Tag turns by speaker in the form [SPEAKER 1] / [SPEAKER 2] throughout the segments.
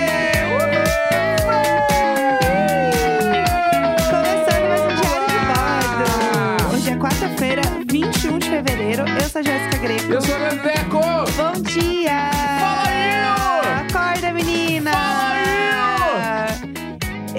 [SPEAKER 1] um é um Eu sou a Jéssica Greco.
[SPEAKER 2] Eu sou o Leandro Deco!
[SPEAKER 1] Bom dia!
[SPEAKER 2] Fala aí!
[SPEAKER 1] Acorda, menina!
[SPEAKER 2] Fala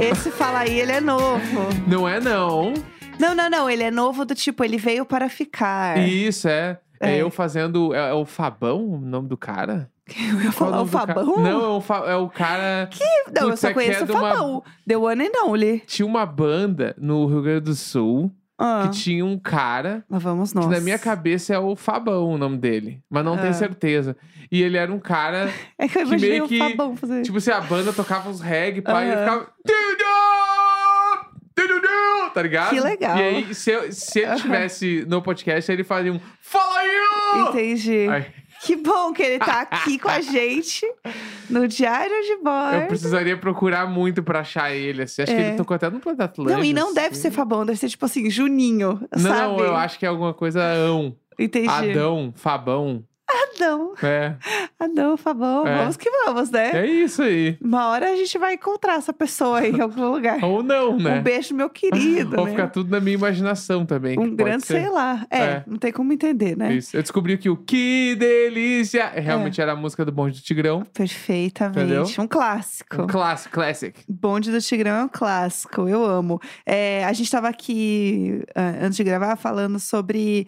[SPEAKER 1] Esse fala aí, ele é novo.
[SPEAKER 2] Não é não.
[SPEAKER 1] Não, não, não, ele é novo do tipo, ele veio para ficar.
[SPEAKER 2] Isso, é. É,
[SPEAKER 1] É.
[SPEAKER 2] eu fazendo. É, é o Fabão o nome do cara?
[SPEAKER 1] Eu ia
[SPEAKER 2] Qual
[SPEAKER 1] falar o
[SPEAKER 2] nome do cara?
[SPEAKER 1] Fabão?
[SPEAKER 2] Não, é o, fa- é o cara.
[SPEAKER 1] Que- Não, eu
[SPEAKER 2] Puta,
[SPEAKER 1] só
[SPEAKER 2] que
[SPEAKER 1] conheço
[SPEAKER 2] é
[SPEAKER 1] o
[SPEAKER 2] de uma-
[SPEAKER 1] Fabão. The One and Only.
[SPEAKER 2] Tinha uma banda no Rio Grande do Sul
[SPEAKER 1] Ah,
[SPEAKER 2] que tinha um cara.
[SPEAKER 1] Mas vamos
[SPEAKER 2] Que
[SPEAKER 1] nós.
[SPEAKER 2] na minha cabeça é o Fabão o nome dele, mas não
[SPEAKER 1] Ah.
[SPEAKER 2] tenho certeza. E ele era um cara,
[SPEAKER 1] É que eu
[SPEAKER 2] que
[SPEAKER 1] imaginei
[SPEAKER 2] meio
[SPEAKER 1] o
[SPEAKER 2] que-
[SPEAKER 1] Fabão fazer.
[SPEAKER 2] tipo, se a banda tocava uns reggae, pá, e ele
[SPEAKER 1] Aham.
[SPEAKER 2] ficava. "Dudu! Dudu!" Tá ligado?
[SPEAKER 1] Que legal.
[SPEAKER 2] E aí, se, eu- se ele
[SPEAKER 1] Aham.
[SPEAKER 2] estivesse no podcast, ele fazia um Fala aí!
[SPEAKER 1] Entendi.
[SPEAKER 2] "Oh!" Ai,
[SPEAKER 1] Que bom que ele tá aqui com a gente no Diário de
[SPEAKER 2] eu
[SPEAKER 1] Bordo.
[SPEAKER 2] precisaria procurar muito pra achar ele. Assim. Acho que
[SPEAKER 1] É.
[SPEAKER 2] ele tocou até no Planeta Atlântico.
[SPEAKER 1] Não, e não deve ser Fabão, deve ser tipo assim, Juninho,
[SPEAKER 2] Não,
[SPEAKER 1] sabe?
[SPEAKER 2] não, eu acho que é alguma coisa ão.
[SPEAKER 1] Entendi.
[SPEAKER 2] Adão, Fabão.
[SPEAKER 1] Adão,
[SPEAKER 2] É,
[SPEAKER 1] Adão, Fabão,
[SPEAKER 2] É.
[SPEAKER 1] vamos que vamos, né?
[SPEAKER 2] é isso aí.
[SPEAKER 1] Uma hora a gente vai encontrar essa pessoa aí em algum lugar.
[SPEAKER 2] Ou não, né?
[SPEAKER 1] Um beijo, meu querido,
[SPEAKER 2] Ou
[SPEAKER 1] né?
[SPEAKER 2] ficar tudo na minha imaginação também. que
[SPEAKER 1] Um
[SPEAKER 2] pode
[SPEAKER 1] grande,
[SPEAKER 2] ser.
[SPEAKER 1] sei lá. É,
[SPEAKER 2] É.
[SPEAKER 1] não tem como entender, né? É.
[SPEAKER 2] Isso. Eu descobri que o Que Delícia é, realmente era a música do Bonde do Tigrão.
[SPEAKER 1] Perfeitamente.
[SPEAKER 2] Entendeu?
[SPEAKER 1] Um clássico.
[SPEAKER 2] Um clássico, classic.
[SPEAKER 1] Bonde do Tigrão é um clássico, eu amo. É, a gente tava aqui, ah, antes de gravar, falando sobre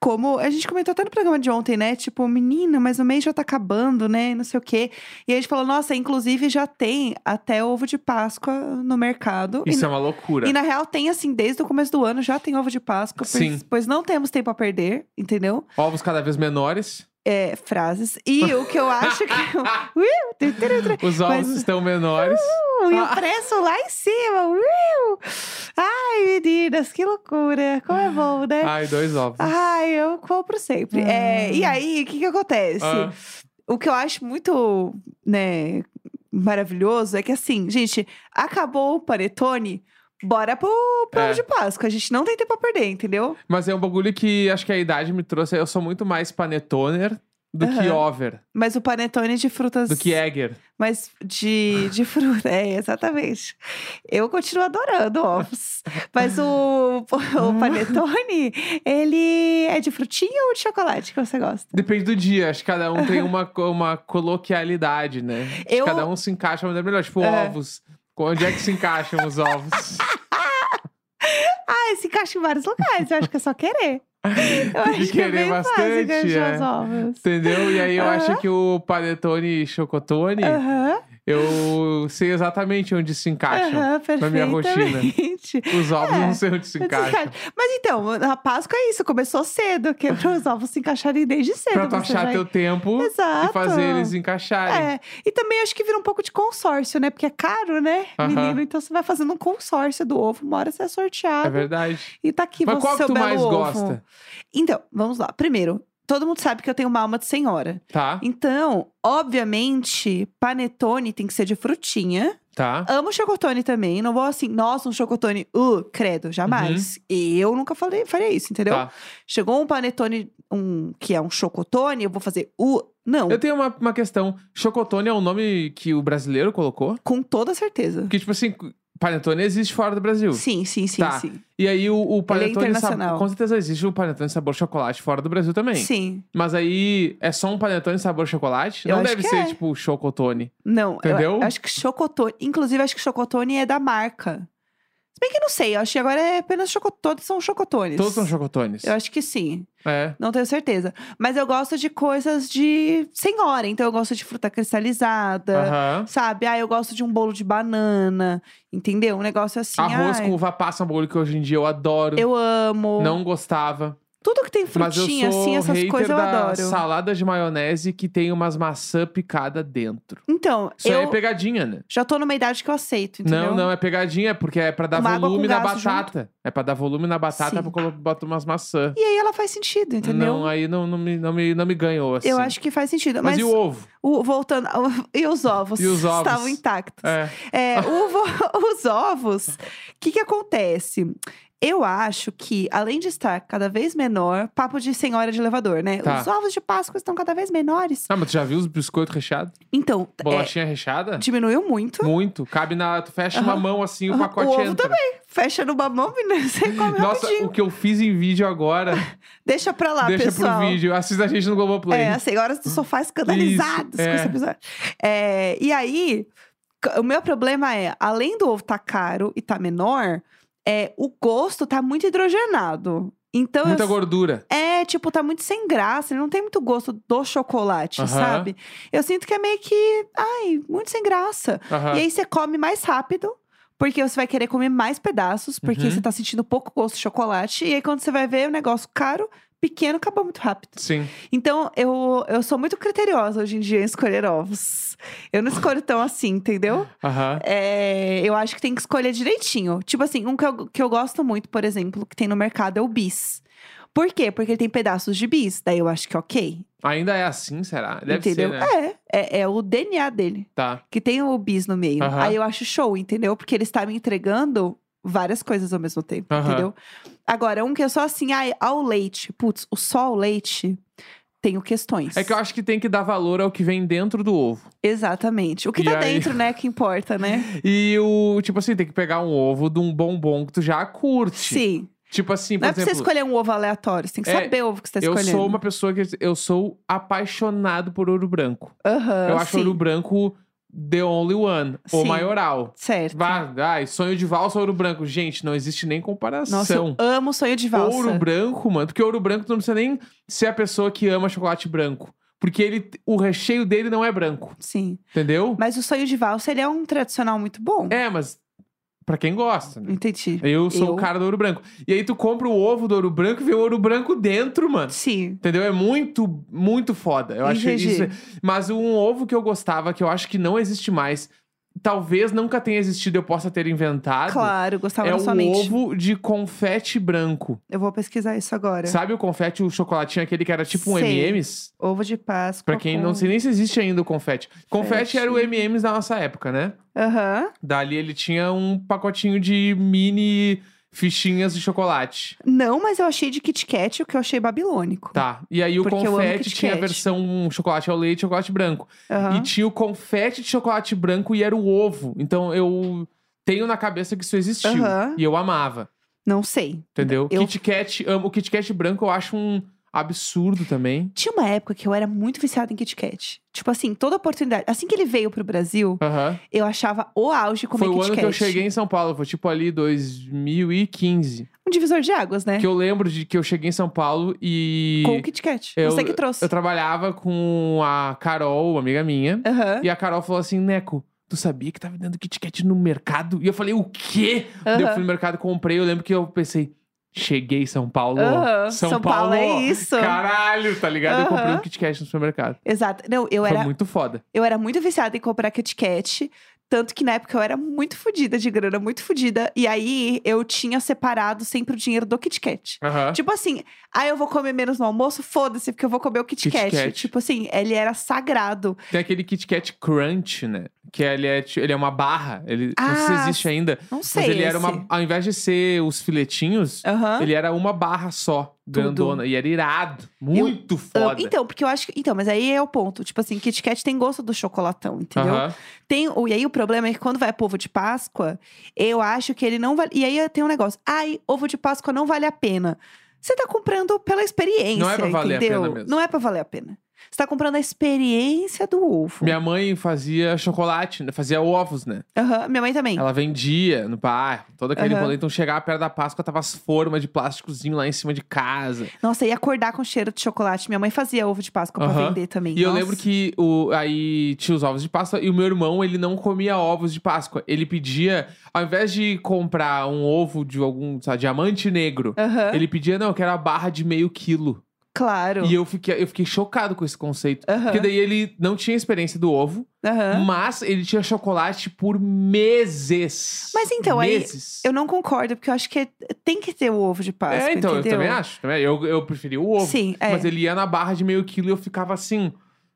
[SPEAKER 1] como. A gente comentou até no programa de ontem, né? Tipo, menina, mas o mês já tá acabando, né? Não sei o quê. E a gente falou, nossa, inclusive já tem até ovo de Páscoa no mercado. e,
[SPEAKER 2] Isso é uma loucura.
[SPEAKER 1] e na real tem, assim, desde o começo do ano já tem ovo de Páscoa,
[SPEAKER 2] Sim.
[SPEAKER 1] Pois, pois não temos tempo a perder, entendeu?
[SPEAKER 2] Ovos cada vez menores.
[SPEAKER 1] É, frases. E o que eu acho que. Ui,
[SPEAKER 2] Os ovos
[SPEAKER 1] Mas-
[SPEAKER 2] estão menores.
[SPEAKER 1] Uh, e o
[SPEAKER 2] Ah.
[SPEAKER 1] preço lá em cima. uh! Ai, meninas, que loucura. Como é bom, né?
[SPEAKER 2] Ai, dois ovos.
[SPEAKER 1] Ai, eu compro sempre. É, e aí, o que que acontece?
[SPEAKER 2] Ah,
[SPEAKER 1] O que eu acho muito, né, maravilhoso é que assim, gente, acabou o panetone, bora pro, pro
[SPEAKER 2] É.
[SPEAKER 1] ovo de Páscoa. A gente não tem tempo a perder, entendeu?
[SPEAKER 2] mas é um bagulho que acho que a idade me trouxe. Eu sou muito mais panetoner do que
[SPEAKER 1] Aham.
[SPEAKER 2] over,
[SPEAKER 1] Mas o panetone de frutas...
[SPEAKER 2] do que é egger.
[SPEAKER 1] Mas de, de fruta, é, exatamente. Eu continuo adorando ovos. Mas o,
[SPEAKER 2] Ah.
[SPEAKER 1] o panetone, ele é de frutinha ou de chocolate que você gosta?
[SPEAKER 2] Depende do dia, acho que cada um tem uma, co- uma coloquialidade, né? Acho que
[SPEAKER 1] Eu-
[SPEAKER 2] Cada um se encaixa mas é melhor. Tipo,
[SPEAKER 1] É.
[SPEAKER 2] ovos. Onde é que se encaixam os ovos?
[SPEAKER 1] Ah, se encaixa em vários lugares, eu acho que é só querer. Eu
[SPEAKER 2] que
[SPEAKER 1] acho que é
[SPEAKER 2] querer
[SPEAKER 1] bem fácil
[SPEAKER 2] bastante,
[SPEAKER 1] enganchar
[SPEAKER 2] é.
[SPEAKER 1] os ovos.
[SPEAKER 2] Entendeu? E aí eu
[SPEAKER 1] Aham.
[SPEAKER 2] acho que o panetone e chocotone,
[SPEAKER 1] Aham,
[SPEAKER 2] eu sei exatamente onde se encaixam.
[SPEAKER 1] aham,
[SPEAKER 2] na minha rotina.
[SPEAKER 1] perfeitamente.
[SPEAKER 2] Os ovos
[SPEAKER 1] É.
[SPEAKER 2] não sei onde se encaixam.
[SPEAKER 1] Mas então, a Páscoa é isso, começou cedo, que é para os ovos se encaixarem desde cedo.
[SPEAKER 2] Pra tu
[SPEAKER 1] você
[SPEAKER 2] achar
[SPEAKER 1] já
[SPEAKER 2] teu tempo
[SPEAKER 1] Exato.
[SPEAKER 2] e fazer eles encaixarem.
[SPEAKER 1] É, e também acho que vira um pouco de consórcio, né? Porque é caro, né,
[SPEAKER 2] Aham.
[SPEAKER 1] menino? Então você vai fazendo um consórcio do ovo, uma hora você é
[SPEAKER 2] É
[SPEAKER 1] sorteado.
[SPEAKER 2] verdade.
[SPEAKER 1] e tá aqui
[SPEAKER 2] Mas
[SPEAKER 1] você,
[SPEAKER 2] qual que
[SPEAKER 1] seu
[SPEAKER 2] tu
[SPEAKER 1] belo
[SPEAKER 2] mais
[SPEAKER 1] ovo.
[SPEAKER 2] gosta?
[SPEAKER 1] Então, vamos lá. Primeiro, todo mundo sabe que eu tenho uma alma de senhora.
[SPEAKER 2] Tá,
[SPEAKER 1] Então, obviamente, panetone tem que ser de frutinha.
[SPEAKER 2] tá.
[SPEAKER 1] Amo chocotone também. Não vou assim, nossa, um chocotone, uh, credo, jamais. Eu nunca falei, faria isso, entendeu?
[SPEAKER 2] Uhum. Tá.
[SPEAKER 1] Chegou um panetone, um que é um chocotone, eu vou fazer, uh, não,
[SPEAKER 2] Eu tenho uma, uma questão. Chocotone é um nome que o brasileiro colocou?
[SPEAKER 1] com toda certeza.
[SPEAKER 2] Porque, tipo assim, panetone existe fora do Brasil.
[SPEAKER 1] Sim, sim, sim,
[SPEAKER 2] Tá.
[SPEAKER 1] sim.
[SPEAKER 2] E aí o, o panetone...
[SPEAKER 1] é internacional.
[SPEAKER 2] sabor, com certeza existe o panetone sabor chocolate fora do Brasil também.
[SPEAKER 1] Sim.
[SPEAKER 2] Mas aí é só um panetone sabor chocolate?
[SPEAKER 1] Eu
[SPEAKER 2] não
[SPEAKER 1] acho
[SPEAKER 2] deve
[SPEAKER 1] que
[SPEAKER 2] ser
[SPEAKER 1] é.
[SPEAKER 2] tipo chocotone.
[SPEAKER 1] Não, eu-
[SPEAKER 2] Entendeu?
[SPEAKER 1] eu acho que chocotone. Inclusive, acho que chocotone é da marca. Se bem que eu não sei, eu acho que agora é apenas chocotone. Todos são chocotones.
[SPEAKER 2] Todos são chocotones.
[SPEAKER 1] Eu acho que sim,
[SPEAKER 2] É.
[SPEAKER 1] não tenho certeza. Mas eu gosto de coisas de senhora, então eu gosto de fruta cristalizada,
[SPEAKER 2] Aham.
[SPEAKER 1] sabe? Ah, eu gosto de um bolo de banana, entendeu? Um negócio assim.
[SPEAKER 2] Arroz
[SPEAKER 1] ai,
[SPEAKER 2] com uva passa é um bagulho que hoje em dia eu adoro.
[SPEAKER 1] Eu amo.
[SPEAKER 2] Não gostava.
[SPEAKER 1] Tudo que tem
[SPEAKER 2] Mas eu
[SPEAKER 1] frutinha,
[SPEAKER 2] sou
[SPEAKER 1] assim, essas
[SPEAKER 2] hater
[SPEAKER 1] coisas eu
[SPEAKER 2] da
[SPEAKER 1] adoro.
[SPEAKER 2] salada de maionese que tem umas maçã picada dentro.
[SPEAKER 1] Então,
[SPEAKER 2] Isso aí é
[SPEAKER 1] eu
[SPEAKER 2] pegadinha, né?
[SPEAKER 1] já tô numa idade que eu aceito, entendeu?
[SPEAKER 2] Não, não, é pegadinha, é porque é pra dar
[SPEAKER 1] Uma água
[SPEAKER 2] volume
[SPEAKER 1] com
[SPEAKER 2] na
[SPEAKER 1] gás
[SPEAKER 2] batata. É pra dar volume na batata,
[SPEAKER 1] Sim.
[SPEAKER 2] pra colo- botar umas maçã.
[SPEAKER 1] E aí ela faz sentido, entendeu?
[SPEAKER 2] Não, aí não, não, me, não, me, não me ganhou, assim.
[SPEAKER 1] Eu acho que faz sentido.
[SPEAKER 2] Mas,
[SPEAKER 1] Mas,
[SPEAKER 2] e o ovo?
[SPEAKER 1] o- voltando. ao- e os ovos?
[SPEAKER 2] E os ovos?
[SPEAKER 1] Estavam intactos.
[SPEAKER 2] É.
[SPEAKER 1] É, o vo- os ovos. O que, que acontece? Eu acho que, além de estar cada vez menor, papo de senhora de elevador, né?
[SPEAKER 2] Tá.
[SPEAKER 1] Os ovos de Páscoa estão cada vez menores.
[SPEAKER 2] Ah, mas tu já viu os biscoitos recheados?
[SPEAKER 1] Então, é,
[SPEAKER 2] Bolachinha recheada?
[SPEAKER 1] diminuiu muito.
[SPEAKER 2] Muito. Cabe na. Tu fecha uma
[SPEAKER 1] Aham.
[SPEAKER 2] mão assim, o
[SPEAKER 1] Aham.
[SPEAKER 2] pacote
[SPEAKER 1] O ovo
[SPEAKER 2] entra.
[SPEAKER 1] Fecha no mamão, menina, você come
[SPEAKER 2] Nossa,
[SPEAKER 1] rapidinho.
[SPEAKER 2] o que eu fiz em vídeo agora,
[SPEAKER 1] Deixa pra lá,
[SPEAKER 2] deixa
[SPEAKER 1] pessoal.
[SPEAKER 2] pro vídeo. Assista a gente no Globoplay.
[SPEAKER 1] É, as senhoras do sofá escandalizadas
[SPEAKER 2] Hum. é.
[SPEAKER 1] com esse episódio. É, e aí, c- o meu problema é, além do ovo tá caro e tá menor, é, o gosto tá muito hidrogenado. Então,
[SPEAKER 2] Muita
[SPEAKER 1] eu,
[SPEAKER 2] gordura.
[SPEAKER 1] é, tipo, tá muito sem graça, ele não tem muito gosto do chocolate,
[SPEAKER 2] Aham.
[SPEAKER 1] sabe? Eu sinto que é meio que, ai, muito sem graça.
[SPEAKER 2] Aham.
[SPEAKER 1] E aí você come mais rápido, porque você vai querer comer mais pedaços, porque
[SPEAKER 2] Uhum.
[SPEAKER 1] você tá sentindo pouco gosto de chocolate. E aí quando você vai ver o negócio caro, pequeno, acabou muito rápido.
[SPEAKER 2] Sim.
[SPEAKER 1] Então, eu, eu sou muito criteriosa hoje em dia em escolher ovos. Eu não escolho tão assim, entendeu?
[SPEAKER 2] Aham.
[SPEAKER 1] É, eu acho que tem que escolher direitinho. Tipo assim, um que eu, que eu gosto muito, por exemplo, que tem no mercado é o bis. Por quê? Porque ele tem pedaços de bis. Daí eu acho que é ok.
[SPEAKER 2] Ainda é assim, será? Deve
[SPEAKER 1] entendeu?
[SPEAKER 2] ser, né?
[SPEAKER 1] é, é, é o DNA dele,
[SPEAKER 2] Tá.
[SPEAKER 1] que tem o bis no meio.
[SPEAKER 2] Aham.
[SPEAKER 1] Aí eu acho show, entendeu? Porque ele está me entregando várias coisas ao mesmo tempo,
[SPEAKER 2] Aham.
[SPEAKER 1] entendeu? Agora, um que eu só assim, ai, ao leite. Putz, o só ao leite, tenho questões.
[SPEAKER 2] É que eu acho que tem que dar valor ao que vem dentro do ovo.
[SPEAKER 1] Exatamente. O que
[SPEAKER 2] E
[SPEAKER 1] tá
[SPEAKER 2] aí?
[SPEAKER 1] dentro, né, que importa, né?
[SPEAKER 2] E o, tipo assim, tem que pegar um ovo de um bombom que tu já curte.
[SPEAKER 1] Sim.
[SPEAKER 2] Tipo assim, por
[SPEAKER 1] Não é pra você
[SPEAKER 2] exemplo,
[SPEAKER 1] escolher um ovo aleatório, você tem que
[SPEAKER 2] É,
[SPEAKER 1] saber o ovo que você tá
[SPEAKER 2] eu
[SPEAKER 1] escolhendo.
[SPEAKER 2] sou uma pessoa que eu sou apaixonado por ouro branco.
[SPEAKER 1] Aham,
[SPEAKER 2] eu acho
[SPEAKER 1] Ah, sim.
[SPEAKER 2] ouro branco the only one, ou
[SPEAKER 1] Sim.
[SPEAKER 2] maioral.
[SPEAKER 1] Certo.
[SPEAKER 2] Vá, ai, sonho de valsa, ouro branco. Gente, não existe nem comparação.
[SPEAKER 1] Nossa, eu amo o sonho de valsa.
[SPEAKER 2] Ouro branco, mano. Porque ouro branco tu não precisa nem ser a pessoa que ama chocolate branco. Porque ele, o recheio dele não é branco,
[SPEAKER 1] Sim.
[SPEAKER 2] entendeu?
[SPEAKER 1] Mas o sonho de valsa, ele é um tradicional muito bom.
[SPEAKER 2] É, mas pra quem gosta, né?
[SPEAKER 1] Entendi.
[SPEAKER 2] Eu sou
[SPEAKER 1] Eu-
[SPEAKER 2] o cara do ouro branco. E aí tu compra o ovo do ouro branco e vê o ouro branco dentro, mano.
[SPEAKER 1] Sim.
[SPEAKER 2] Entendeu? É muito, muito foda. Eu achei
[SPEAKER 1] Entendi.
[SPEAKER 2] isso. Mas um ovo que eu gostava, que eu acho que não existe mais, talvez nunca tenha existido, eu possa ter inventado.
[SPEAKER 1] Claro, gostava
[SPEAKER 2] É
[SPEAKER 1] da
[SPEAKER 2] o
[SPEAKER 1] sua mente.
[SPEAKER 2] ovo de confete branco.
[SPEAKER 1] Eu vou pesquisar isso agora.
[SPEAKER 2] Sabe o confete, o chocolatinho aquele que era tipo um
[SPEAKER 1] Sei.
[SPEAKER 2] M&M's?
[SPEAKER 1] Ovo de Páscoa.
[SPEAKER 2] Pra quem
[SPEAKER 1] com-
[SPEAKER 2] não sei nem se existe ainda o confete. Confete
[SPEAKER 1] Confete.
[SPEAKER 2] era o M&M's da nossa época, né?
[SPEAKER 1] Aham.
[SPEAKER 2] Dali ele tinha um pacotinho de mini fichinhas de chocolate.
[SPEAKER 1] Não, mas eu achei de Kit Kat o que eu achei babilônico.
[SPEAKER 2] Tá. E aí o
[SPEAKER 1] Porque eu amo
[SPEAKER 2] confete
[SPEAKER 1] Kit
[SPEAKER 2] tinha a
[SPEAKER 1] Kat.
[SPEAKER 2] versão chocolate ao leite e chocolate branco.
[SPEAKER 1] Aham.
[SPEAKER 2] E tinha o confete de chocolate branco e era o ovo. Então eu tenho na cabeça que isso existiu.
[SPEAKER 1] Aham.
[SPEAKER 2] E eu amava,
[SPEAKER 1] Não sei.
[SPEAKER 2] entendeu?
[SPEAKER 1] Eu-
[SPEAKER 2] Kit Kat, amo. O Kit Kat branco eu acho um absurdo também.
[SPEAKER 1] Tinha uma época que eu era muito viciada em Kit Kat. Tipo assim, toda oportunidade. Assim que ele veio pro Brasil,
[SPEAKER 2] Aham.
[SPEAKER 1] eu achava o auge comer
[SPEAKER 2] Foi o
[SPEAKER 1] Kit
[SPEAKER 2] ano
[SPEAKER 1] Kat.
[SPEAKER 2] que eu cheguei em São Paulo, foi tipo ali 2015.
[SPEAKER 1] Um divisor de águas, né?
[SPEAKER 2] Que eu lembro de que eu cheguei em São Paulo e
[SPEAKER 1] Com o Kit Kat.
[SPEAKER 2] eu-
[SPEAKER 1] Você que trouxe.
[SPEAKER 2] eu trabalhava com a Carol, uma amiga minha.
[SPEAKER 1] Aham.
[SPEAKER 2] E a Carol falou assim: Neco, tu sabia que tá vendendo Kit Kat no mercado? E eu falei: o quê? Daí Eu
[SPEAKER 1] Aham.
[SPEAKER 2] fui no mercado, comprei. Eu lembro que eu pensei: cheguei, São Paulo.
[SPEAKER 1] Aham,
[SPEAKER 2] São,
[SPEAKER 1] São Paulo é isso.
[SPEAKER 2] Caralho, tá ligado? Eu comprei um
[SPEAKER 1] Aham.
[SPEAKER 2] Kit Kat no supermercado.
[SPEAKER 1] Exato. Não, eu
[SPEAKER 2] Foi
[SPEAKER 1] era,
[SPEAKER 2] muito foda.
[SPEAKER 1] eu era muito viciada em comprar Kit Kat. Tanto que na época eu era muito fodida de grana, muito fodida. E aí eu tinha separado sempre o dinheiro do Kit Kat.
[SPEAKER 2] Aham.
[SPEAKER 1] Tipo assim, ah, eu vou comer menos no almoço? Foda-se, porque eu vou comer o Kit,
[SPEAKER 2] Kit
[SPEAKER 1] Kat.
[SPEAKER 2] Kat.
[SPEAKER 1] Tipo assim, ele era sagrado.
[SPEAKER 2] Tem aquele Kit Kat Crunch, né? Que ele é, ti- ele é uma barra. Ele, não sei se
[SPEAKER 1] Ah,
[SPEAKER 2] existe ainda.
[SPEAKER 1] Não sei.
[SPEAKER 2] Mas ele era
[SPEAKER 1] esse.
[SPEAKER 2] uma. Ao invés de ser os filetinhos,
[SPEAKER 1] Aham.
[SPEAKER 2] ele é era uma barra só, grandona. E era irado. Muito
[SPEAKER 1] Ah,
[SPEAKER 2] foda.
[SPEAKER 1] Então, porque eu acho que. Então, mas aí é o ponto. Tipo assim, Kit Kat tem gosto do chocolatão, entendeu?
[SPEAKER 2] Aham.
[SPEAKER 1] Tem, o- e aí o problema é que quando vai pro ovo de Páscoa, eu acho que ele não vale. E aí tem um negócio. Ai, ovo de Páscoa não vale a pena. Você tá comprando pela experiência.
[SPEAKER 2] Não é pra valer a
[SPEAKER 1] entendeu?
[SPEAKER 2] pena mesmo.
[SPEAKER 1] Não é pra valer a pena. Você tá comprando a experiência do ovo.
[SPEAKER 2] Tipo, Minha mãe fazia chocolate, né? fazia ovos, né?
[SPEAKER 1] Aham, minha mãe também.
[SPEAKER 2] Ela vendia no bairro, todo aquele
[SPEAKER 1] Aham.
[SPEAKER 2] rolê. Então chegava perto da Páscoa, tava as formas de plásticozinho lá em cima de casa.
[SPEAKER 1] Nossa, ia acordar com cheiro de chocolate. Minha mãe fazia ovo de Páscoa pra
[SPEAKER 2] Aham.
[SPEAKER 1] vender também.
[SPEAKER 2] E eu
[SPEAKER 1] Nossa.
[SPEAKER 2] lembro que o, aí tinha os ovos de Páscoa e o meu irmão, ele não comia ovos de Páscoa. Ele pedia, ao invés de comprar um ovo de algum, sei lá, diamante negro,
[SPEAKER 1] Aham,
[SPEAKER 2] ele pedia, não, eu quero a barra de meio quilo.
[SPEAKER 1] Claro.
[SPEAKER 2] E eu fiquei, eu fiquei chocado com esse conceito.
[SPEAKER 1] Aham.
[SPEAKER 2] Porque daí ele não tinha experiência do ovo,
[SPEAKER 1] Aham.
[SPEAKER 2] mas ele tinha chocolate por meses.
[SPEAKER 1] Mas então, aí,
[SPEAKER 2] meses.
[SPEAKER 1] Eu não concordo, porque eu acho que é- tem que ter o ovo de Páscoa.
[SPEAKER 2] É, então,
[SPEAKER 1] entendeu?
[SPEAKER 2] eu também acho. também. Eu, eu preferi o ovo.
[SPEAKER 1] Sim, é.
[SPEAKER 2] Mas ele ia na barra de meio quilo e eu ficava assim.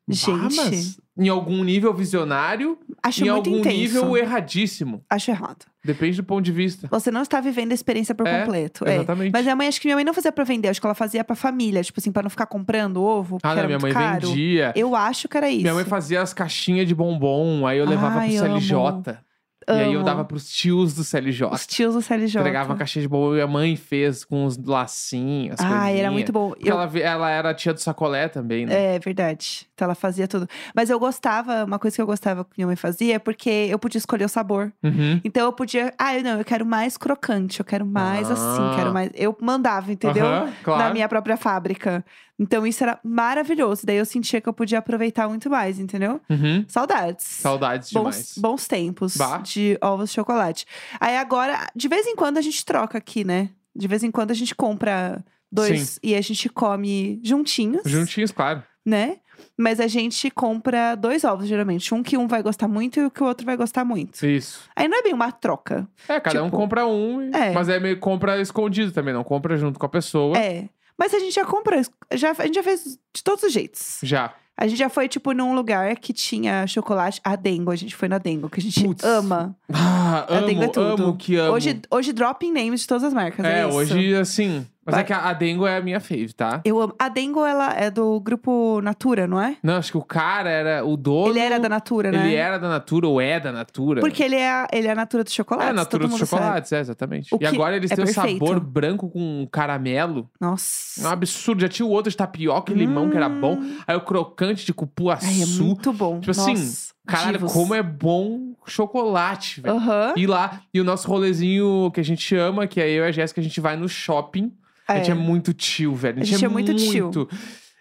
[SPEAKER 2] "Bah,
[SPEAKER 1] Gente.
[SPEAKER 2] mas em algum nível visionário,
[SPEAKER 1] Acho
[SPEAKER 2] em
[SPEAKER 1] muito
[SPEAKER 2] algum
[SPEAKER 1] intenso.
[SPEAKER 2] nível erradíssimo.
[SPEAKER 1] Acho errado.
[SPEAKER 2] Depende do ponto de vista.
[SPEAKER 1] Você não está vivendo a experiência por
[SPEAKER 2] É,
[SPEAKER 1] completo. É.
[SPEAKER 2] Exatamente.
[SPEAKER 1] Mas minha mãe, acho que minha mãe não fazia pra vender, acho que ela fazia pra família, tipo assim, pra não ficar comprando ovo, porque
[SPEAKER 2] ah, não,
[SPEAKER 1] era
[SPEAKER 2] minha mãe
[SPEAKER 1] muito caro.
[SPEAKER 2] vendia.
[SPEAKER 1] Eu acho que era isso.
[SPEAKER 2] Minha mãe fazia as caixinhas de bombom, aí eu levava
[SPEAKER 1] Ai,
[SPEAKER 2] pro CLJ.
[SPEAKER 1] amo.
[SPEAKER 2] E aí eu
[SPEAKER 1] Amo.
[SPEAKER 2] dava pros tios do CLJ.
[SPEAKER 1] Os tios do CLJ.
[SPEAKER 2] Entregava uma caixinha de bombom e a mãe fez com os lacinhos, as
[SPEAKER 1] Ah, era
[SPEAKER 2] coisinhas.
[SPEAKER 1] muito bom.
[SPEAKER 2] Porque
[SPEAKER 1] Eu,
[SPEAKER 2] ela, ve- ela era tia do sacolé também, né?
[SPEAKER 1] É verdade. Então ela fazia tudo. Mas eu gostava, uma coisa que eu gostava que minha mãe fazia é porque eu podia escolher o sabor.
[SPEAKER 2] Uhum.
[SPEAKER 1] Então eu podia. Ah, eu não, eu quero mais crocante, eu quero mais
[SPEAKER 2] Ah.
[SPEAKER 1] assim, quero mais. Eu mandava, entendeu?
[SPEAKER 2] Aham, claro.
[SPEAKER 1] Na minha própria fábrica. Então isso era maravilhoso. Daí eu sentia que eu podia aproveitar muito mais, entendeu?
[SPEAKER 2] Uhum.
[SPEAKER 1] Saudades.
[SPEAKER 2] Saudades demais.
[SPEAKER 1] Bons, bons tempos
[SPEAKER 2] Bah.
[SPEAKER 1] de ovos de chocolate. Aí agora, de vez em quando a gente troca aqui, né? De vez em quando a gente compra dois e a gente come juntinhos
[SPEAKER 2] Juntinhos, claro.
[SPEAKER 1] né? Mas a gente compra dois ovos, geralmente. Um que um vai gostar muito e o que o outro vai gostar muito.
[SPEAKER 2] Isso.
[SPEAKER 1] Aí não é bem uma troca.
[SPEAKER 2] É, cada um
[SPEAKER 1] Tipo,
[SPEAKER 2] compra um, e-
[SPEAKER 1] é.
[SPEAKER 2] mas é meio compra escondido também, não compra junto com a pessoa.
[SPEAKER 1] É. Mas a gente já comprou, já, a gente já fez de todos os jeitos.
[SPEAKER 2] Já.
[SPEAKER 1] A gente já foi, tipo, num lugar que tinha chocolate. A Dengo, a gente foi na Dengo, que a gente
[SPEAKER 2] Putz.
[SPEAKER 1] ama.
[SPEAKER 2] Ah,
[SPEAKER 1] Eu tenho
[SPEAKER 2] amo,
[SPEAKER 1] tudo.
[SPEAKER 2] amo que amo.
[SPEAKER 1] Hoje, hoje drop in names de todas as marcas. É,
[SPEAKER 2] é,
[SPEAKER 1] isso.
[SPEAKER 2] hoje assim. Mas
[SPEAKER 1] Vai.
[SPEAKER 2] é que a a Dengo é a minha fave, tá?
[SPEAKER 1] Eu amo. A Dengo, ela é do grupo Natura, não é?
[SPEAKER 2] Não, acho que o cara era o dono.
[SPEAKER 1] ele era da Natura, né?
[SPEAKER 2] Ele era da Natura ou é da Natura.
[SPEAKER 1] Porque ele é a, ele é a Natura dos
[SPEAKER 2] é
[SPEAKER 1] chocolates.
[SPEAKER 2] a Natura
[SPEAKER 1] todo
[SPEAKER 2] dos
[SPEAKER 1] mundo sabe.
[SPEAKER 2] chocolates, é, exatamente.
[SPEAKER 1] O
[SPEAKER 2] E
[SPEAKER 1] que
[SPEAKER 2] agora eles
[SPEAKER 1] é
[SPEAKER 2] têm o
[SPEAKER 1] perfeito.
[SPEAKER 2] sabor branco com caramelo. É um
[SPEAKER 1] Nossa.
[SPEAKER 2] absurdo. Já tinha o outro de tapioca e limão, que era bom. Aí o crocante de cupuaçu.
[SPEAKER 1] Hum. Ai, é muito bom.
[SPEAKER 2] Tipo assim,
[SPEAKER 1] Nossa,
[SPEAKER 2] Caralho,
[SPEAKER 1] divos.
[SPEAKER 2] como é bom chocolate, velho.
[SPEAKER 1] Aham.
[SPEAKER 2] E lá, e o nosso rolezinho que a gente ama, que é eu e a Jéssica, a gente vai no shopping. A gente é muito tio, velho.
[SPEAKER 1] Ah, A gente é muito É. tio.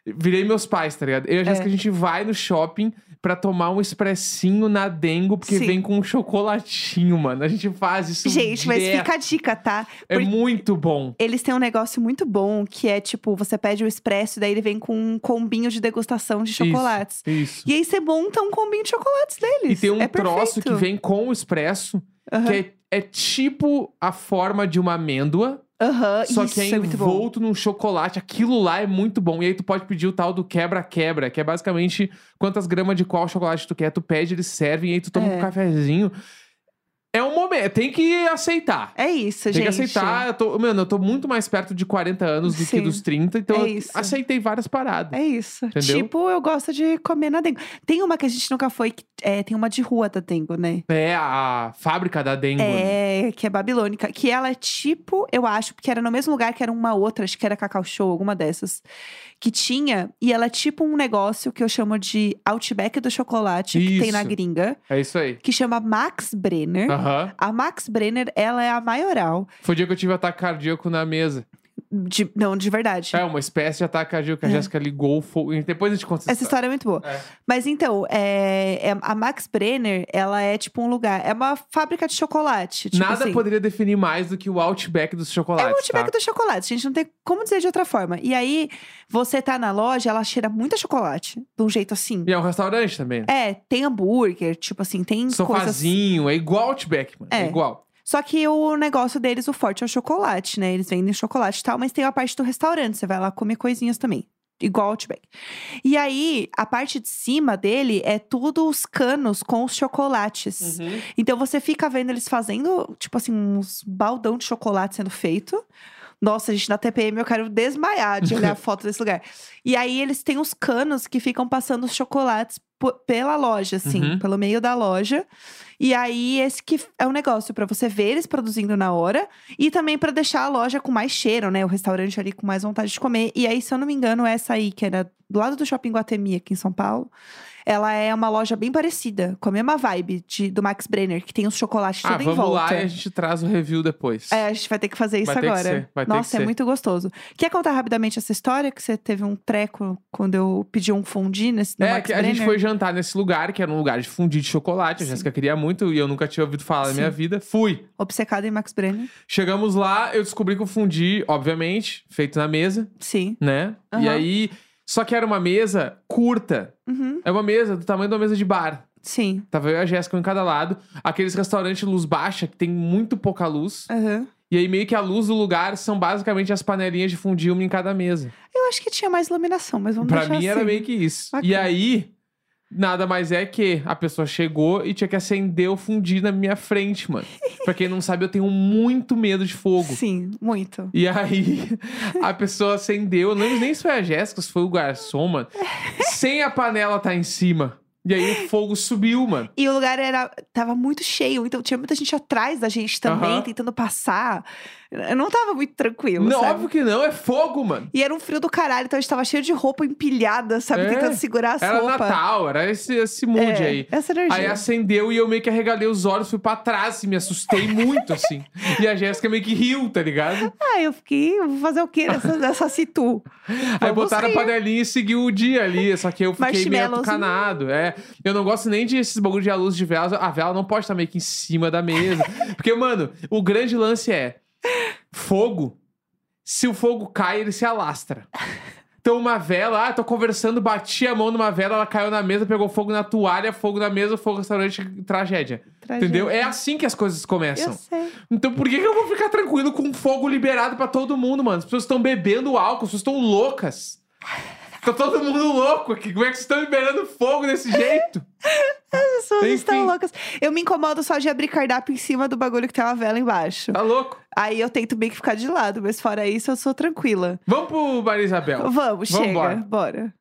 [SPEAKER 2] Virei meus pais, tá ligado? Eu e a Jéssica, a gente vai no shopping pra tomar um expressinho na Dengo, porque
[SPEAKER 1] Sim.
[SPEAKER 2] vem com um chocolatinho, mano. A gente faz isso
[SPEAKER 1] Gente, mas
[SPEAKER 2] direto.
[SPEAKER 1] fica a dica, tá?
[SPEAKER 2] É
[SPEAKER 1] porque-
[SPEAKER 2] muito bom.
[SPEAKER 1] Eles têm um negócio muito bom que é tipo, você pede o expresso, daí ele vem com um combinho de degustação de chocolates.
[SPEAKER 2] Isso.
[SPEAKER 1] E aí você monta um combinho de chocolates
[SPEAKER 2] E
[SPEAKER 1] deles.
[SPEAKER 2] tem um
[SPEAKER 1] é
[SPEAKER 2] troço que
[SPEAKER 1] perfeito.
[SPEAKER 2] vem com o expresso,
[SPEAKER 1] Aham.
[SPEAKER 2] que é, é tipo a forma de uma amêndoa,
[SPEAKER 1] Aham,
[SPEAKER 2] Só
[SPEAKER 1] isso
[SPEAKER 2] que é
[SPEAKER 1] é muito bom.
[SPEAKER 2] envolto num chocolate. Aquilo lá é muito bom. E aí tu pode pedir o tal do quebra-quebra, que é basicamente quantas gramas de qual chocolate tu quer, tu pede, eles servem, e aí tu toma
[SPEAKER 1] É.
[SPEAKER 2] um cafezinho. É um momento, tem que aceitar.
[SPEAKER 1] É isso,
[SPEAKER 2] Tem
[SPEAKER 1] gente.
[SPEAKER 2] que aceitar. Eu tô, mano, eu tô muito mais perto de 40 anos do
[SPEAKER 1] Sim.
[SPEAKER 2] que dos 30, então
[SPEAKER 1] É
[SPEAKER 2] eu
[SPEAKER 1] isso.
[SPEAKER 2] aceitei várias paradas.
[SPEAKER 1] É isso.
[SPEAKER 2] Entendeu?
[SPEAKER 1] Tipo, eu gosto de comer na Dengo. Tem uma que a gente nunca foi, que é, tem uma de rua da Dengo, né?
[SPEAKER 2] É, a fábrica da Dengo. né?
[SPEAKER 1] É, que é babilônica. Que ela é tipo, eu acho, porque era no mesmo lugar que era uma outra, acho que era Cacau Show, alguma dessas. Que tinha, e ela é tipo um negócio que eu chamo de Outback do Chocolate, que tem na
[SPEAKER 2] Isso. Ah.
[SPEAKER 1] gringa,
[SPEAKER 2] É isso aí.
[SPEAKER 1] que chama Max Brenner.
[SPEAKER 2] Aham.
[SPEAKER 1] A Max Brenner, ela é a maioral.
[SPEAKER 2] Foi o dia que eu tive ataque cardíaco na mesa.
[SPEAKER 1] de- não, de verdade.
[SPEAKER 2] É, uma espécie de ataque cardíaco. que A
[SPEAKER 1] Tipo- É.
[SPEAKER 2] Jéssica ligou o fogo. e Depois a gente conta
[SPEAKER 1] Essa história é muito boa.
[SPEAKER 2] É.
[SPEAKER 1] Mas então, é, é- a Max Brenner, ela é tipo um lugar. É uma fábrica de chocolate. Tipo
[SPEAKER 2] Nada
[SPEAKER 1] assim.
[SPEAKER 2] poderia definir mais do que o Outback dos chocolates.
[SPEAKER 1] É o Outback
[SPEAKER 2] tá?
[SPEAKER 1] do chocolate, gente. Não tem como dizer de outra forma. E aí, você tá na loja, ela cheira muito a chocolate. De um jeito assim.
[SPEAKER 2] E é um restaurante também. né?
[SPEAKER 1] É, tem hambúrguer, tipo assim, tem coisas...
[SPEAKER 2] Sofazinho, é igual Outback, mano. É,
[SPEAKER 1] É.
[SPEAKER 2] igual.
[SPEAKER 1] Só que o negócio deles, o forte é o chocolate, né? Eles vendem chocolate e tal, mas tem a parte do restaurante. Você vai lá comer coisinhas também. Igual Outback. E aí, a parte de cima dele é tudo os canos com os chocolates.
[SPEAKER 2] Uhum.
[SPEAKER 1] Então você fica vendo eles fazendo, tipo assim, uns baldão de chocolate sendo feito. Nossa, gente, na TPM eu quero desmaiar de olhar a foto desse lugar. E aí eles têm os canos que ficam passando os chocolates po- pela loja, assim,
[SPEAKER 2] Uhum.
[SPEAKER 1] pelo meio da loja. E aí esse que é o negócio pra você ver eles produzindo na hora e também pra deixar a loja com mais cheiro, né? O restaurante ali com mais vontade de comer. E aí, se eu não me engano, essa aí que era do lado do Shopping Guatemi aqui em São Paulo, ela é uma loja bem parecida, com a mesma vibe de- do Max Brenner, que tem os chocolates
[SPEAKER 2] Ah,
[SPEAKER 1] tudo em
[SPEAKER 2] vamos
[SPEAKER 1] volta.
[SPEAKER 2] lá e a gente traz o review depois.
[SPEAKER 1] É, a gente vai ter que fazer isso
[SPEAKER 2] Vai ter que
[SPEAKER 1] agora.
[SPEAKER 2] ser, vai ter que
[SPEAKER 1] Nossa, é
[SPEAKER 2] ser.
[SPEAKER 1] muito gostoso. Quer contar rapidamente essa história? Que você teve um treco quando eu pedi um fondue nesse no
[SPEAKER 2] É,
[SPEAKER 1] Max
[SPEAKER 2] que a
[SPEAKER 1] Brenner?
[SPEAKER 2] gente foi jantar nesse lugar, que era um lugar de fundir de chocolate. A
[SPEAKER 1] Sim.
[SPEAKER 2] Jéssica queria muito e eu nunca tinha ouvido falar na
[SPEAKER 1] Sim.
[SPEAKER 2] minha vida. Fui.
[SPEAKER 1] Obcecada em Max Brenner?
[SPEAKER 2] Chegamos lá, eu descobri que o fundi, obviamente, feito na mesa,
[SPEAKER 1] Sim.
[SPEAKER 2] né? E
[SPEAKER 1] Aham.
[SPEAKER 2] aí, só que era uma mesa curta.
[SPEAKER 1] Uhum.
[SPEAKER 2] É uma mesa do tamanho de uma mesa de bar.
[SPEAKER 1] Sim.
[SPEAKER 2] Tava eu e a Jéssica um em cada lado. Aqueles restaurantes luz baixa, que tem muito pouca luz.
[SPEAKER 1] Aham.
[SPEAKER 2] E aí, meio que a luz do lugar são basicamente as panelinhas de fundir uma em cada mesa.
[SPEAKER 1] Eu acho que tinha mais iluminação, mas vamos
[SPEAKER 2] pra
[SPEAKER 1] deixar
[SPEAKER 2] mim, era
[SPEAKER 1] assim.
[SPEAKER 2] meio que isso.
[SPEAKER 1] Bacana.
[SPEAKER 2] E aí, Nada mais é que a pessoa chegou e tinha que acender o fundi na minha frente, mano. pra quem não sabe, eu tenho muito medo de fogo.
[SPEAKER 1] Sim, muito.
[SPEAKER 2] E aí, a pessoa acendeu. Eu não lembro nem se foi a Jéssica, se foi o garçom, mano. Sem a panela tá em cima. E aí o fogo subiu, mano.
[SPEAKER 1] E o lugar era. Tava muito cheio, então tinha muita gente atrás da gente também,
[SPEAKER 2] Aham.
[SPEAKER 1] tentando passar. Eu não tava muito tranquilo,
[SPEAKER 2] Não,
[SPEAKER 1] sabe?
[SPEAKER 2] óbvio que não, é fogo, mano.
[SPEAKER 1] E era um frio do caralho, então a gente tava cheio de roupa empilhada, sabe?
[SPEAKER 2] É.
[SPEAKER 1] Tentando segurar as
[SPEAKER 2] Era
[SPEAKER 1] roupas.
[SPEAKER 2] Natal, era esse, esse mood
[SPEAKER 1] é,
[SPEAKER 2] aí.
[SPEAKER 1] Essa energia.
[SPEAKER 2] Aí acendeu e eu meio que arregalei os olhos, fui pra trás e me assustei muito, assim. E a Jéssica meio que riu, tá ligado?
[SPEAKER 1] Ah, eu fiquei. Vou fazer o quê nessa, nessa situ?
[SPEAKER 2] Aí
[SPEAKER 1] Vamos
[SPEAKER 2] botaram
[SPEAKER 1] rir.
[SPEAKER 2] a panelinha e seguiu o dia ali. Só que eu fiquei meio
[SPEAKER 1] Marshmallows.
[SPEAKER 2] atucanado. É. Eu não gosto nem de esses bagulho de a luz de vela. A vela não pode estar meio que em cima da mesa. Porque, mano, o grande lance é: fogo. Se o fogo cai, ele se alastra. Então, uma vela, ah, tô conversando, bati a mão numa vela, ela caiu na mesa, pegou fogo na toalha, fogo na mesa, fogo no restaurante, tragédia.
[SPEAKER 1] Tragédia.
[SPEAKER 2] Entendeu? É assim que as coisas
[SPEAKER 1] Eu
[SPEAKER 2] começam.
[SPEAKER 1] sei.
[SPEAKER 2] Então por que, que eu vou ficar tranquilo com um fogo liberado pra todo mundo, mano? As pessoas estão bebendo álcool, as pessoas estão loucas. Tá todo mundo louco aqui. Como é que vocês estão liberando fogo desse jeito?
[SPEAKER 1] As pessoas
[SPEAKER 2] Enfim.
[SPEAKER 1] estão loucas. Eu me incomodo só de abrir cardápio em cima do bagulho que tem uma vela embaixo.
[SPEAKER 2] Tá louco?
[SPEAKER 1] Aí eu tento bem que ficar de lado, mas fora isso eu sou tranquila.
[SPEAKER 2] Vamos pro Maria Isabel.
[SPEAKER 1] Vamos, chega.
[SPEAKER 2] Vambora.
[SPEAKER 1] Bora.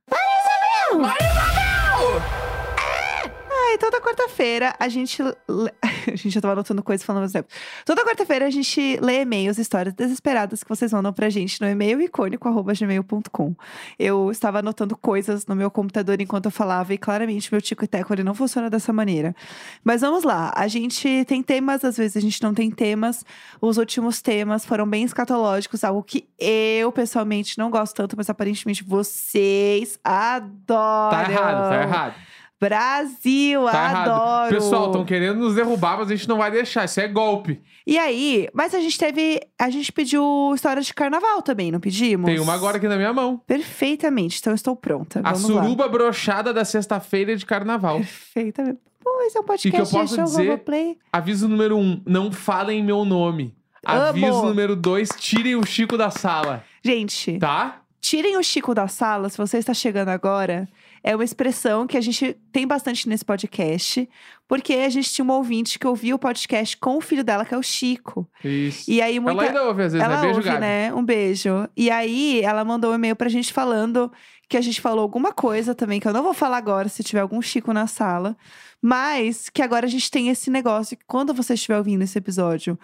[SPEAKER 1] Ah, e toda quarta-feira a gente. lê- A gente já tava anotando coisas falando ao mesmo tempo. Toda quarta-feira a gente lê e-mails, histórias desesperadas que vocês mandam pra gente no e-mail icônico.gmail.com. Eu estava anotando coisas no meu computador enquanto eu falava, e claramente meu tico e teco ele não funciona dessa maneira. Mas vamos lá, a gente tem temas, às vezes a gente não tem temas. Os últimos temas foram bem escatológicos, algo que eu pessoalmente não gosto tanto, mas aparentemente vocês adoram.
[SPEAKER 2] Tá errado, tá errado.
[SPEAKER 1] Brasil,
[SPEAKER 2] Tá errado.
[SPEAKER 1] adoro.
[SPEAKER 2] Pessoal, estão querendo nos derrubar, mas a gente não vai deixar. Isso é golpe.
[SPEAKER 1] E aí, mas a gente teve, a gente pediu histórias de carnaval também, não pedimos?
[SPEAKER 2] Tem uma agora aqui na minha mão.
[SPEAKER 1] Perfeitamente, então eu estou pronta.
[SPEAKER 2] A
[SPEAKER 1] Vamos lá.
[SPEAKER 2] suruba brochada da sexta-feira de carnaval.
[SPEAKER 1] Perfeitamente. Pois é um
[SPEAKER 2] E que eu
[SPEAKER 1] podcast
[SPEAKER 2] posso
[SPEAKER 1] de show,
[SPEAKER 2] dizer-
[SPEAKER 1] Globoplay.
[SPEAKER 2] Aviso número um: não falem meu nome. Aviso
[SPEAKER 1] Amo.
[SPEAKER 2] número dois: tirem o Chico da sala,
[SPEAKER 1] Gente,
[SPEAKER 2] tá?
[SPEAKER 1] tirem o Chico da sala, se você está chegando agora. É uma expressão que a gente tem bastante nesse podcast, porque a gente tinha uma ouvinte que ouvia o podcast com o filho dela, que é o Chico.
[SPEAKER 2] Isso.
[SPEAKER 1] E aí, muita,
[SPEAKER 2] Ela ainda ouve às vezes,
[SPEAKER 1] Ela
[SPEAKER 2] né? Beijo,
[SPEAKER 1] ouve,
[SPEAKER 2] Gabi.
[SPEAKER 1] né? Um beijo. E aí, ela mandou um e-mail pra gente falando que a gente falou alguma coisa também, que eu não vou falar agora se tiver algum Chico na sala. Mas que agora a gente tem esse negócio que quando você estiver ouvindo esse episódio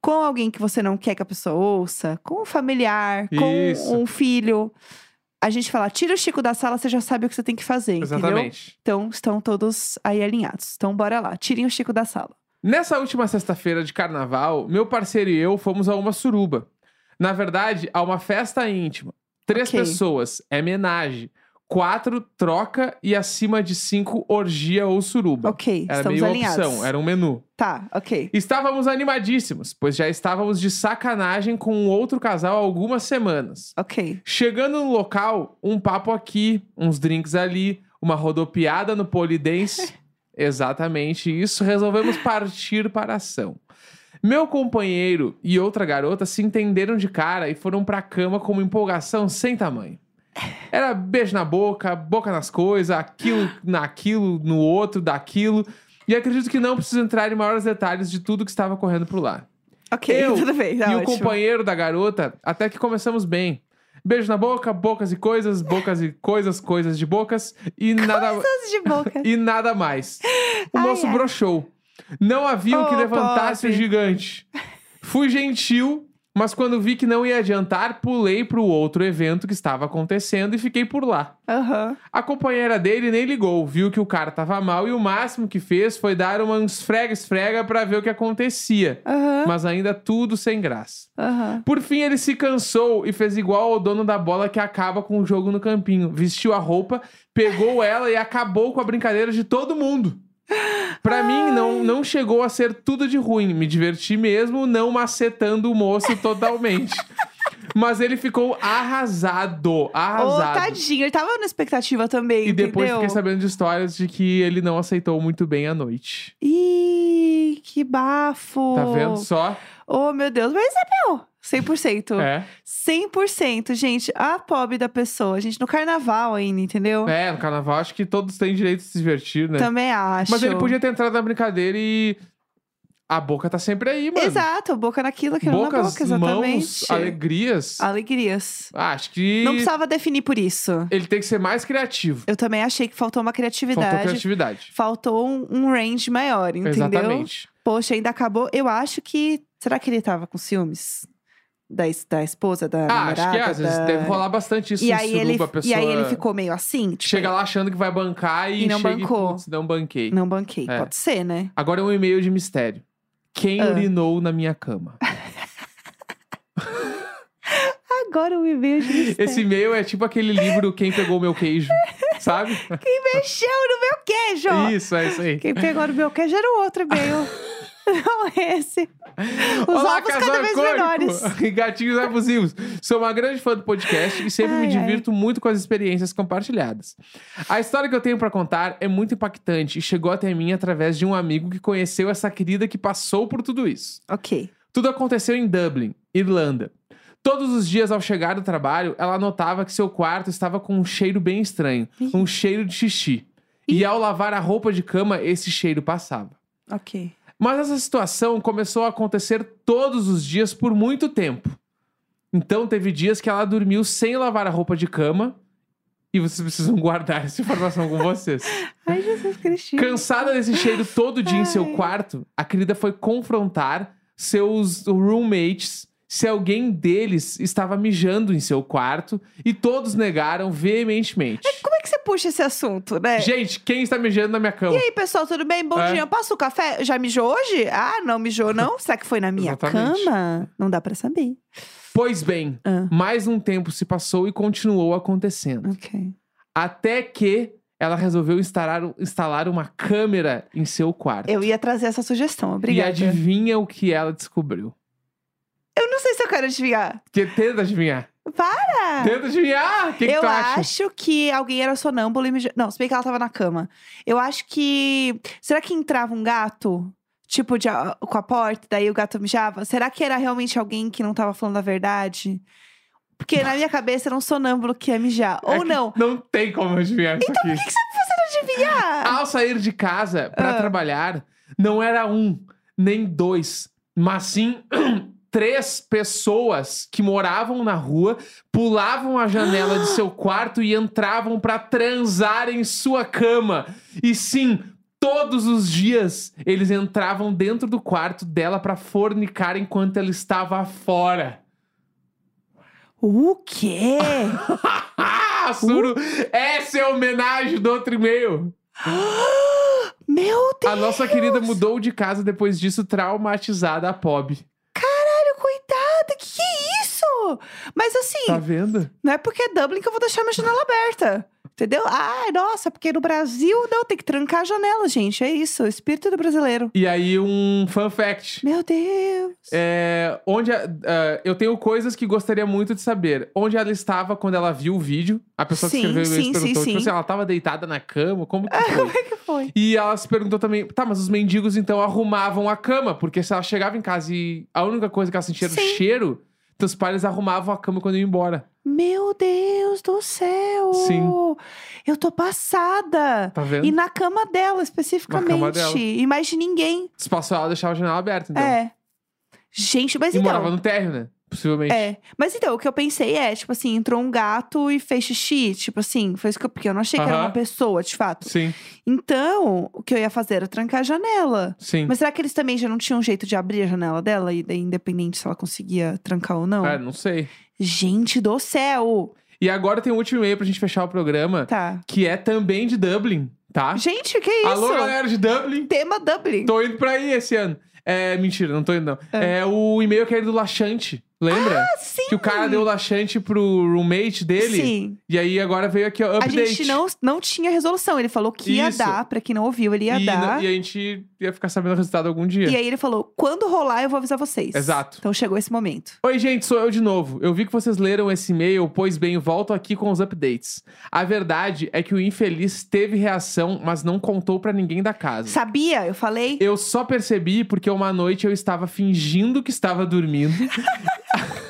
[SPEAKER 1] com alguém que você não quer que a pessoa ouça, com um familiar,
[SPEAKER 2] Isso.
[SPEAKER 1] com um filho, a gente fala, tira o Chico da sala, você já sabe o que você tem que fazer, entendeu?
[SPEAKER 2] Exatamente.
[SPEAKER 1] Então, estão todos aí alinhados. Então, bora lá, tirem o Chico da sala.
[SPEAKER 2] Nessa última sexta-feira de carnaval, meu parceiro e eu fomos a uma suruba. Na verdade, a uma festa íntima. Três
[SPEAKER 1] Ok.
[SPEAKER 2] pessoas, é menage. Quatro, troca. E acima de cinco, orgia ou suruba.
[SPEAKER 1] Ok,
[SPEAKER 2] Era
[SPEAKER 1] estamos
[SPEAKER 2] meio
[SPEAKER 1] alinhados.
[SPEAKER 2] opção, era um menu.
[SPEAKER 1] Tá, ok.
[SPEAKER 2] Estávamos animadíssimos, pois já estávamos de sacanagem com um outro casal há algumas semanas.
[SPEAKER 1] Ok.
[SPEAKER 2] Chegando no local, um papo aqui, uns drinks ali, uma rodopiada no polidense. Exatamente isso. Resolvemos partir para a ação. Meu companheiro e outra garota se entenderam de cara e foram pra cama com uma empolgação sem tamanho. Era beijo na boca, boca nas coisas, aquilo naquilo, no outro, daquilo. E acredito que não preciso entrar em maiores detalhes de tudo que estava correndo por lá.
[SPEAKER 1] Ok,
[SPEAKER 2] Eu
[SPEAKER 1] tudo bem. Tá
[SPEAKER 2] E o
[SPEAKER 1] ótimo.
[SPEAKER 2] companheiro da garota, até que começamos bem. Beijo na boca, bocas e coisas, bocas e coisas, coisas de bocas e nada
[SPEAKER 1] Doce de boca.
[SPEAKER 2] e nada mais. O
[SPEAKER 1] Ai,
[SPEAKER 2] nosso
[SPEAKER 1] ai.
[SPEAKER 2] brochou. Não havia o que
[SPEAKER 1] Oh,
[SPEAKER 2] levantasse o
[SPEAKER 1] pobre.
[SPEAKER 2] gigante. Fui gentil, mas quando vi que não ia adiantar, pulei pro outro evento que estava acontecendo e fiquei por lá.
[SPEAKER 1] Aham.
[SPEAKER 2] A companheira dele nem ligou, viu que o cara tava mal e o máximo que fez foi dar uma esfrega-esfrega pra ver o que acontecia.
[SPEAKER 1] Aham.
[SPEAKER 2] Mas ainda tudo sem graça.
[SPEAKER 1] Aham.
[SPEAKER 2] Por fim, ele se cansou e fez igual ao dono da bola que acaba com o jogo no campinho. Vestiu a roupa, pegou ela e acabou com a brincadeira de todo mundo. Pra mim, não, não chegou a ser tudo de ruim. Me diverti mesmo, não macetando o moço totalmente. Mas ele ficou arrasado,
[SPEAKER 1] Ô,
[SPEAKER 2] arrasado.
[SPEAKER 1] tadinho, ele tava na expectativa também.
[SPEAKER 2] e depois
[SPEAKER 1] entendeu?
[SPEAKER 2] fiquei sabendo de histórias de que ele não aceitou muito bem a noite.
[SPEAKER 1] Ih, que bafo.
[SPEAKER 2] Tá vendo só?
[SPEAKER 1] Oh, meu Deus, mas é meu! 100%.
[SPEAKER 2] É.
[SPEAKER 1] 100%, gente. A pobre da pessoa. Gente, no carnaval ainda, entendeu?
[SPEAKER 2] É, no carnaval acho que todos têm direito de se divertir, né?
[SPEAKER 1] Também acho.
[SPEAKER 2] Mas ele podia ter entrado na brincadeira e. A boca tá sempre aí, mano.
[SPEAKER 1] Exato, boca naquilo, aquilo na
[SPEAKER 2] Bocas,
[SPEAKER 1] boca, exatamente.
[SPEAKER 2] mãos, alegrias.
[SPEAKER 1] Alegrias.
[SPEAKER 2] Ah, acho que
[SPEAKER 1] Não precisava definir por isso.
[SPEAKER 2] ele tem que ser mais criativo.
[SPEAKER 1] Eu também achei que faltou uma criatividade.
[SPEAKER 2] Faltou criatividade.
[SPEAKER 1] Faltou um, um range maior, entendeu?
[SPEAKER 2] Exatamente.
[SPEAKER 1] Poxa, ainda acabou. Eu acho que. Será que ele tava com ciúmes? Da, es- da esposa, da
[SPEAKER 2] Ah,
[SPEAKER 1] namorada?
[SPEAKER 2] acho que é, às vezes
[SPEAKER 1] da-
[SPEAKER 2] deve rolar bastante isso
[SPEAKER 1] e
[SPEAKER 2] em
[SPEAKER 1] aí,
[SPEAKER 2] suruba,
[SPEAKER 1] ele,
[SPEAKER 2] a pessoa
[SPEAKER 1] e aí ele ficou meio assim, tipo,
[SPEAKER 2] chega lá achando que vai bancar e,
[SPEAKER 1] E não
[SPEAKER 2] chega
[SPEAKER 1] bancou.
[SPEAKER 2] e putz, não banquei.
[SPEAKER 1] não banquei.
[SPEAKER 2] É.
[SPEAKER 1] Pode ser, né?
[SPEAKER 2] Agora é um e-mail de mistério. Quem
[SPEAKER 1] Ah.
[SPEAKER 2] urinou na minha cama?
[SPEAKER 1] Agora eu me vejo
[SPEAKER 2] Esse e-mail é tipo aquele livro Quem Pegou Meu Queijo, sabe?
[SPEAKER 1] mexeu no meu queijo!
[SPEAKER 2] Isso, é isso aí.
[SPEAKER 1] Quem pegou no meu queijo era o outro e-mail. não é esse. Os
[SPEAKER 2] Olá,
[SPEAKER 1] ovos
[SPEAKER 2] casal
[SPEAKER 1] cada vez
[SPEAKER 2] icônico
[SPEAKER 1] menores.
[SPEAKER 2] E gatinhos abusivos. Sou uma grande fã do podcast e sempre me
[SPEAKER 1] Ai, ai.
[SPEAKER 2] divirto muito com as experiências compartilhadas. A história que eu tenho pra contar é muito impactante e chegou até mim através de um amigo que conheceu essa querida que passou por tudo isso.
[SPEAKER 1] Ok.
[SPEAKER 2] Tudo aconteceu em Dublin, Irlanda. Todos os dias ao chegar do trabalho, ela notava que seu quarto estava com um cheiro bem estranho,
[SPEAKER 1] Ih.
[SPEAKER 2] um cheiro de xixi. E ao lavar a roupa de cama, esse cheiro passava.
[SPEAKER 1] Ok.
[SPEAKER 2] Mas essa situação começou a acontecer todos os dias por muito tempo. Então teve dias que ela dormiu sem lavar a roupa de cama. E vocês precisam guardar essa informação com vocês.
[SPEAKER 1] Ai, Jesus Cristinho.
[SPEAKER 2] Cansada desse cheiro todo dia em seu
[SPEAKER 1] Ai.
[SPEAKER 2] quarto, a querida foi confrontar seus roommates se alguém deles estava mijando em seu quarto e todos negaram veementemente.
[SPEAKER 1] Como é que você puxa esse assunto, né?
[SPEAKER 2] Gente, quem está mijando na minha cama?
[SPEAKER 1] E aí, pessoal, tudo bem? Bom
[SPEAKER 2] É.
[SPEAKER 1] dia. Passa o café? Já mijou hoje? Ah, não mijou, não? Será que foi na minha
[SPEAKER 2] Exatamente.
[SPEAKER 1] cama? Não dá pra saber.
[SPEAKER 2] Pois bem,
[SPEAKER 1] Ah.
[SPEAKER 2] mais um tempo se passou e continuou acontecendo.
[SPEAKER 1] Ok.
[SPEAKER 2] Até que ela resolveu instalar, instalar uma câmera em seu quarto.
[SPEAKER 1] Eu ia trazer essa sugestão, obrigada.
[SPEAKER 2] E adivinha o que ela descobriu?
[SPEAKER 1] Eu não sei se eu quero adivinhar.
[SPEAKER 2] Que, tenta adivinhar.
[SPEAKER 1] Para!
[SPEAKER 2] Tenta adivinhar! O que, que
[SPEAKER 1] Ah, eu
[SPEAKER 2] tu acha?
[SPEAKER 1] acho que alguém era sonâmbulo e mijou. Não, se bem que ela tava na cama. Eu acho que. Será que entrava um gato? Tipo, de, a- com a porta, daí o gato mijava? Será que era realmente alguém que não tava falando a verdade? Porque na minha cabeça era um sonâmbulo que ia mijar.
[SPEAKER 2] É
[SPEAKER 1] Ou
[SPEAKER 2] que
[SPEAKER 1] não.
[SPEAKER 2] Não tem como adivinhar
[SPEAKER 1] Então,
[SPEAKER 2] isso aqui.
[SPEAKER 1] Adivinhar!
[SPEAKER 2] Ao sair de casa para
[SPEAKER 1] Ah.
[SPEAKER 2] trabalhar, não era um, nem dois, mas sim três pessoas que moravam na rua, pulavam a janela de seu quarto e entravam para transar em sua cama. E sim, todos os dias eles entravam dentro do quarto dela para fornicar enquanto ela estava fora.
[SPEAKER 1] O quê?
[SPEAKER 2] Ah, Suru, essa é a homenagem do outro e-mail.
[SPEAKER 1] Meu
[SPEAKER 2] A nossa querida mudou de casa depois disso, traumatizada a Pob.
[SPEAKER 1] Deus, coitada! Que que é isso? Mas assim,
[SPEAKER 2] Tá vendo?
[SPEAKER 1] não é porque é Dublin que eu vou deixar minha janela aberta. Entendeu? Ai, nossa, porque no Brasil não, tem que trancar a janela, gente. É isso, o espírito do brasileiro.
[SPEAKER 2] E aí, um fun fact.
[SPEAKER 1] Meu Deus.
[SPEAKER 2] É, onde a- ah, eu tenho coisas que gostaria muito de saber. Onde ela estava quando ela viu o vídeo? A pessoa que
[SPEAKER 1] Sim,
[SPEAKER 2] escreveu isso
[SPEAKER 1] sim,
[SPEAKER 2] perguntou,
[SPEAKER 1] sim,
[SPEAKER 2] tipo
[SPEAKER 1] sim.
[SPEAKER 2] assim, ela estava deitada na cama, como que foi?
[SPEAKER 1] Como é que foi?
[SPEAKER 2] E ela se perguntou também, tá, mas os mendigos então arrumavam a cama, porque se ela chegava em casa e a única coisa que ela sentia era o
[SPEAKER 1] Sim.
[SPEAKER 2] cheiro, então os pais arrumavam a cama quando iam embora.
[SPEAKER 1] Meu Deus do céu.
[SPEAKER 2] Sim.
[SPEAKER 1] Eu tô passada.
[SPEAKER 2] Tá vendo?
[SPEAKER 1] E na cama dela, especificamente.
[SPEAKER 2] dela.
[SPEAKER 1] E mais de ninguém.
[SPEAKER 2] Se passou ela deixava a janela aberta, então.
[SPEAKER 1] É. Gente, mas
[SPEAKER 2] e
[SPEAKER 1] então.
[SPEAKER 2] morava no térreo, né? Possivelmente.
[SPEAKER 1] É, mas então, o que eu pensei é, tipo assim, entrou um gato e fez xixi, tipo assim, foi isso que eu, porque eu não achei que era
[SPEAKER 2] Aham.
[SPEAKER 1] uma pessoa, de fato.
[SPEAKER 2] Sim,
[SPEAKER 1] Então, o que eu ia fazer era trancar a janela.
[SPEAKER 2] sim.
[SPEAKER 1] Mas será que eles também já não tinham um jeito de abrir a janela dela? E daí, independente se ela conseguia trancar ou não?
[SPEAKER 2] É, não sei.
[SPEAKER 1] Gente do céu!
[SPEAKER 2] E agora tem um último e-mail pra gente fechar o programa,
[SPEAKER 1] Tá.
[SPEAKER 2] que é também de Dublin, tá?
[SPEAKER 1] Gente, que isso?
[SPEAKER 2] Alô, galera de Dublin!
[SPEAKER 1] Tema Dublin.
[SPEAKER 2] Tô indo pra aí esse ano. É, mentira, não tô indo não. É, o e-mail que é do Laxante. Lembra?
[SPEAKER 1] Ah, sim.
[SPEAKER 2] Que o cara deu laxante pro roommate dele.
[SPEAKER 1] Sim.
[SPEAKER 2] E aí agora veio aqui, ó,
[SPEAKER 1] A
[SPEAKER 2] update.
[SPEAKER 1] gente não, não tinha resolução. Ele falou que ia
[SPEAKER 2] Isso.
[SPEAKER 1] dar, pra quem não ouviu, ele ia
[SPEAKER 2] e,
[SPEAKER 1] dar.
[SPEAKER 2] e a gente ia ficar sabendo o resultado algum dia.
[SPEAKER 1] E aí ele falou: quando rolar, eu vou avisar vocês.
[SPEAKER 2] Exato.
[SPEAKER 1] Então chegou esse momento.
[SPEAKER 2] Oi, gente, sou eu de novo. Eu vi que vocês leram esse e-mail, pois bem, volto aqui com os updates. A verdade é que o infeliz teve reação, mas não contou pra ninguém da casa.
[SPEAKER 1] Sabia? Eu falei.
[SPEAKER 2] Eu só percebi porque uma noite eu estava fingindo que estava dormindo
[SPEAKER 1] "É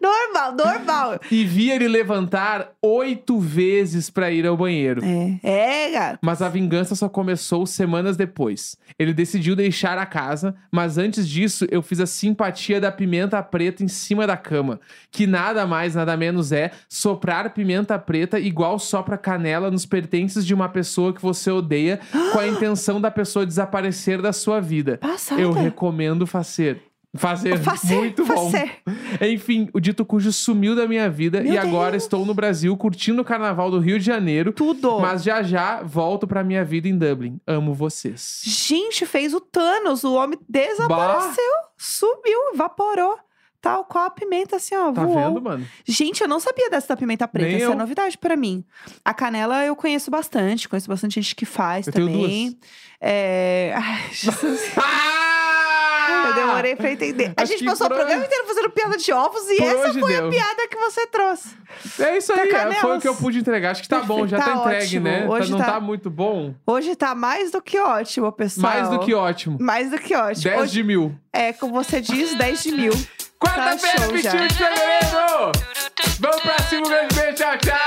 [SPEAKER 1] Normal, normal.
[SPEAKER 2] e vi ele levantar oito vezes pra ir ao banheiro.
[SPEAKER 1] é, é, cara.
[SPEAKER 2] Mas a vingança só começou semanas depois. Ele decidiu deixar a casa, mas antes disso eu fiz a simpatia da pimenta preta em cima da cama, que nada mais, nada menos é soprar pimenta preta igual sopra canela nos pertences de uma pessoa que você odeia, com a intenção da pessoa desaparecer da sua vida.
[SPEAKER 1] Passada.
[SPEAKER 2] Eu recomendo fazer. Fazer.
[SPEAKER 1] Facer,
[SPEAKER 2] Muito bom.
[SPEAKER 1] facer.
[SPEAKER 2] Enfim, o dito cujo sumiu da minha vida
[SPEAKER 1] Meu
[SPEAKER 2] e agora
[SPEAKER 1] Deus.
[SPEAKER 2] estou no Brasil curtindo o carnaval do Rio de Janeiro.
[SPEAKER 1] Tudo.
[SPEAKER 2] Mas já já volto pra minha vida em Dublin. Amo vocês.
[SPEAKER 1] Gente, fez o Thanos. O homem desapareceu. Sumiu, evaporou. Tal qual a pimenta, assim, ó.
[SPEAKER 2] Tá
[SPEAKER 1] voou.
[SPEAKER 2] vendo, mano?
[SPEAKER 1] Gente, eu não sabia dessa da pimenta preta.
[SPEAKER 2] Nem
[SPEAKER 1] Essa
[SPEAKER 2] eu.
[SPEAKER 1] é novidade pra mim. A canela eu conheço bastante. Conheço bastante gente que faz
[SPEAKER 2] Eu tenho
[SPEAKER 1] também. É... Ai, Jesus.
[SPEAKER 2] Ah!
[SPEAKER 1] Eu demorei pra entender. A
[SPEAKER 2] Acho
[SPEAKER 1] gente
[SPEAKER 2] que
[SPEAKER 1] passou
[SPEAKER 2] por
[SPEAKER 1] o programa
[SPEAKER 2] hoje-
[SPEAKER 1] inteiro fazendo piada de ovos e
[SPEAKER 2] Por
[SPEAKER 1] essa
[SPEAKER 2] hoje
[SPEAKER 1] foi a
[SPEAKER 2] deu.
[SPEAKER 1] piada que você trouxe.
[SPEAKER 2] É isso aí,
[SPEAKER 1] Tá
[SPEAKER 2] é, foi o que eu
[SPEAKER 1] canelas.
[SPEAKER 2] pude entregar. Acho que tá bom, já tá,
[SPEAKER 1] Tá
[SPEAKER 2] entregue,
[SPEAKER 1] ótimo.
[SPEAKER 2] né? Tá-
[SPEAKER 1] Hoje
[SPEAKER 2] não
[SPEAKER 1] tá-
[SPEAKER 2] tá... muito bom.
[SPEAKER 1] Hoje tá mais do que ótimo, pessoal.
[SPEAKER 2] Mais do que ótimo.
[SPEAKER 1] Mais do que ótimo.
[SPEAKER 2] 10
[SPEAKER 1] Hoje
[SPEAKER 2] de mil.
[SPEAKER 1] é, como você diz, 10 de mil.
[SPEAKER 2] Quarta-feira,
[SPEAKER 1] show
[SPEAKER 2] 28
[SPEAKER 1] já.
[SPEAKER 2] de fevereiro! Vamos pra cima, um grande beijo, tchau, tchau!